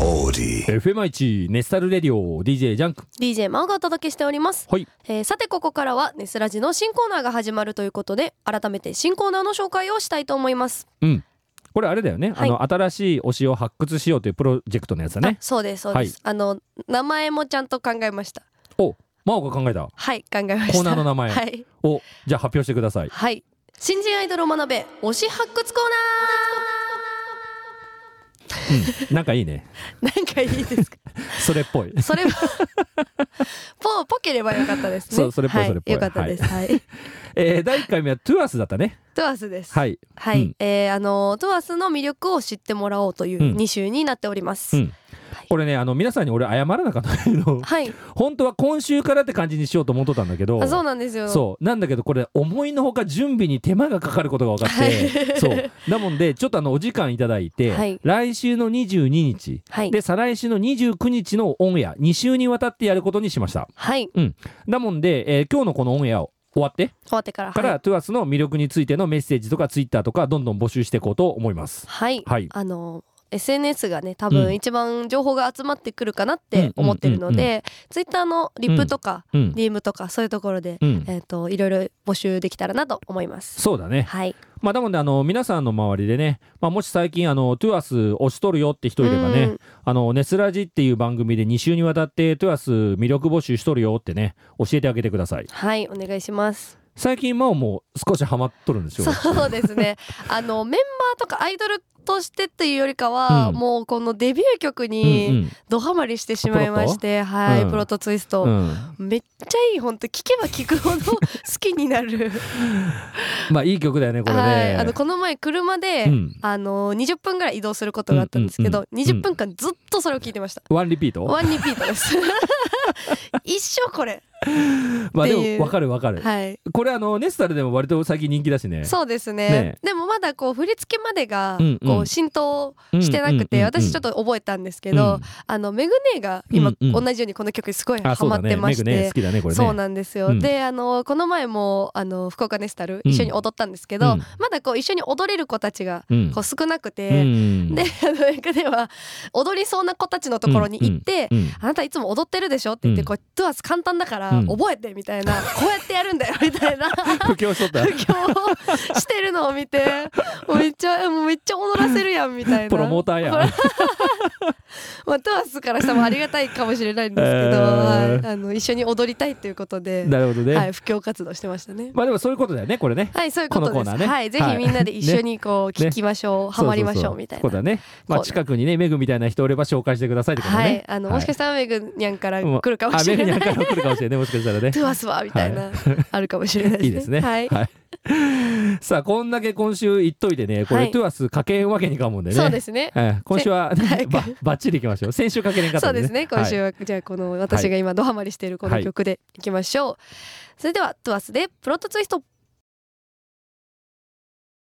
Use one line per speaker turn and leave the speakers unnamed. オーディ
FM1 ネスタルレディオ DJ ジャンク
DJ マオがお届けしております、
はい
えーさてここからはネスラジの新コーナーが始まるということで改めて新コーナーの紹介をしたいと思います、
これあれだよね、
はい
あの新しい推しを発掘しようというプロジェクトのやつだね
あそうですそうです、あの名前もちゃんと考えました
お真央が考えた
はい考えました
コーナーの名前
はい
おじゃあ発表してください
はい新人アイドルを学べ推し発掘コー
なん かいいね
ナーなんかいいで すか
それっぽい
それはポポケればよかったですね
そうそれっぽい
は
それっぽい
よかったですはい、
えー、第1回目はトゥアスだったね
トゥアスです
はい
はい、
うん
えーあのトゥアスの魅力を知ってもらおうという
うん
2週になっております、
うんこれねあの皆さんに俺謝らなかったんだけど
はい
本当は今週からって感じにしようと思ってたんだけど
あそうなんですよ
そうなんだけどこれ思いのほか準備に手間がかかることが分かって、 そうなもんでちょっとあのお時間いただいて、
はい
来週の22日、
はい
で再来週の29日のオンエア2週にわたってやることにしました
はい
なもんで、えー今日のこのオンエアを終わって
終わってから
から、トゥアスの魅力についてのメッセージとかツイッターとかどんどん募集していこうと思います
はい、はい
はい
あの SNS がね多
うん
分一番情報が集まってくるかなって思ってるの
うん
で、ツイッターのリップとか、
うん
DM とかそういうところで、
うん
えっ、といろいろ募集できたらなと思います
そうだね
はい
まあだもんであの皆さんの周りでね、まあ、もし最近あのトゥアス推しとるよって人いればね、
うん
あの、ネスラジっていう番組で2週にわたって、トゥアス魅力募集しとるよってね、教えてあげてください。
はいお願いします
最近、マオも少しハマっとるんですよ。
そうで すねあのメンバーとかアイドルとしてっていうよりかは、
うん
もうこのデビュー曲
うん
に、ドハマりしてしまいましてはい、
うん
プロトツイス
うん。う
ト、
ん、
めっちゃいい本当聞けば聞くほど好きに なる、
まあいい曲だよねこれね、
はい、あのこの前車で、
うん
あの20分ぐらい移動することがあったんですけど、
うんうんうん
20分間ずっとそれを聞いてました、
ワンリピート
ワンリピートです 一生これ
まあで
っていう
もわかるわかる、
はい
これあのネスタルでも割と最近人気だしね
そうですね
ね
でもまだこう振り付けまでが
うんうん
こう浸透してなくて、私ちょっ
と
と覚えたんですけど、あのメグネが今、
うんうん
同じようにこの曲にすごい
あ
ハ
そう
マ
だ
って
ね
ま
メ
し
グ
て、
ね好きだねこれね
そうなんですよ、
うん
であのこの前もあの福岡ネスタル
うん
一緒に踊ったんですけど、
うん
まだこう一緒に踊れる子たちが
うん
こう少なく
う
て、
ん
で あの役では踊りそうな子たちのところに行って、
うん
あなたいつも踊ってるでしょって言って、
うん
こうトゥアス簡単だから
うん
覚えてみたいな、こうやってやるんだよみ たいな
布教しとった
布教をしてるのを見てもうめっちゃもうめっちゃ踊らせるやんみたいな
プロモーターやん
プロ まあ、トゥアスからしたらもうありがたいかもしれないんですけ
え
ど、
ー
はいあの一緒に踊りたいということで、
なるほどね、
はい、布教活動してましたね。
まあでもそういうことだよねこれね
はい、そういうこと
この
で
コーナ
す。
ーね
はい、ぜひみんなで一緒にこう
ね
聞きましょう、ハマりましょうみたい
そ
な。
うだね。まあ
そう
近くにね、メグみたいな人おれば紹介してくださいってことね。
はい、あの、もしか
し
したらメグニャンから
た
来るかもしれない。
あ、メグに会うから来るかもしれない。もしかした らね
ト。ゥアスはみたいな、 あるかもしれない
いい ですね。
はい、
さあ、こんだけ今週言っといてね、こ
は
れ
い
トゥアスかけんわけにいかんもんでね。
そうですね。
はい。今週は
はい
ばばっちりいきましょう。先週かけれんかった
そうん
で
ですね。今週
は
は、じゃあこの私が今ドハマりしているこの曲でいきましょう。それではトゥアスでプロットツイスト。